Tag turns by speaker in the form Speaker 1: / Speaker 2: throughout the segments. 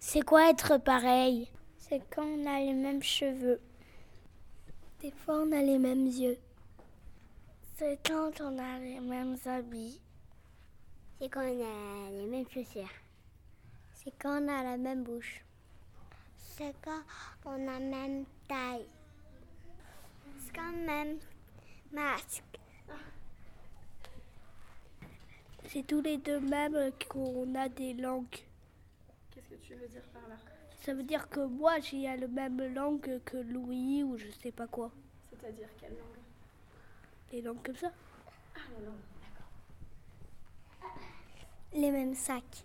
Speaker 1: C'est quoi être pareil C'est quand on a les mêmes cheveux. Des fois, on a les mêmes yeux. C'est quand on a les mêmes habits. C'est quand on a les mêmes chaussures. C'est quand on a la même bouche. C'est quand on a même taille. C'est quand même masque. C'est tous les deux mêmes qu'on a des langues.
Speaker 2: Qu'est-ce que tu veux dire par là
Speaker 1: Ça veut dire que moi, j'ai la même langue que Louis ou je sais pas quoi.
Speaker 2: C'est-à-dire quelle langue
Speaker 1: Les langues comme ça.
Speaker 2: Ah, la langue.
Speaker 1: Les mêmes sacs.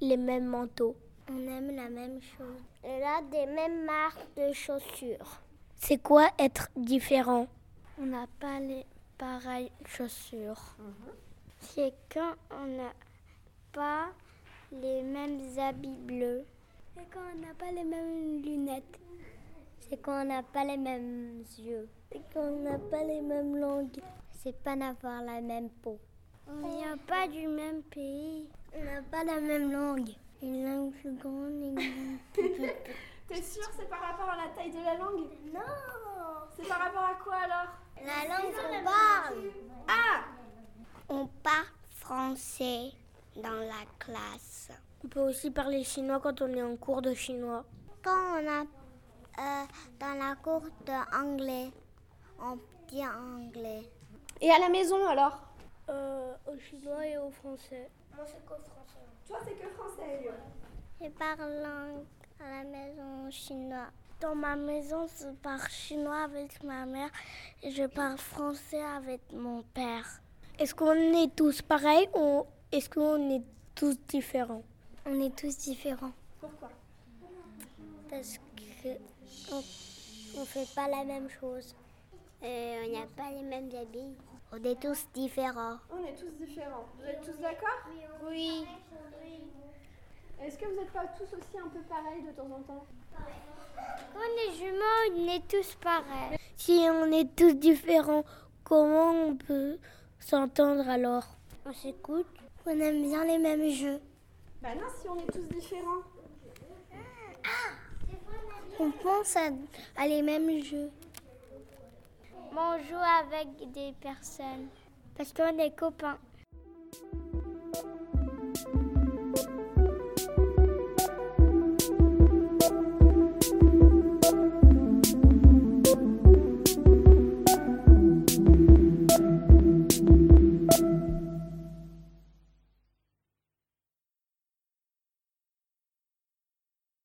Speaker 1: Les mêmes manteaux. On aime la même chose. On a des mêmes marques de chaussures. C'est quoi être différent On n'a pas les pareilles chaussures. C'est quand on n'a pas les mêmes habits bleus. C'est quand on n'a pas les mêmes lunettes. C'est quand on n'a pas les mêmes yeux. C'est quand on n'a pas les mêmes langues. C'est pas n'avoir la même peau. On n'est pas du même pays. On n'a pas la même langue. Une langue plus grande, une langue plus petite.
Speaker 2: T'es sûr c'est par rapport à la taille de la langue
Speaker 1: Non
Speaker 2: C'est par rapport à quoi alors
Speaker 1: La langue qu'on parle.
Speaker 2: Ah
Speaker 1: On parle français dans la classe. On peut aussi parler chinois quand on est en cours de chinois. Quand on a euh, dans la cour d'anglais, on dit anglais.
Speaker 2: Et à la maison alors
Speaker 1: Euh, au chinois et au français. Moi, c'est qu'au français.
Speaker 2: Toi c'est que français. Elio.
Speaker 1: Je parle langue à la maison chinois. Dans ma maison, je parle chinois avec ma mère et je parle français avec mon père. Est-ce qu'on est tous pareils ou est-ce qu'on est tous différents On est tous différents
Speaker 2: Pourquoi
Speaker 1: parce que on, on fait pas la même chose. Euh, on n'a pas les mêmes habits. On est tous différents.
Speaker 2: On est tous différents. Vous êtes tous d'accord
Speaker 1: Oui.
Speaker 2: Est-ce que vous n'êtes pas tous aussi un peu pareils de temps en temps
Speaker 1: On est jumeaux, on est tous pareils. Si on est tous différents, comment on peut s'entendre alors On s'écoute. On aime bien les mêmes jeux.
Speaker 2: Bah non si on est tous différents.
Speaker 1: On pense à, les mêmes jeux. On joue avec des personnes parce qu'on est copains.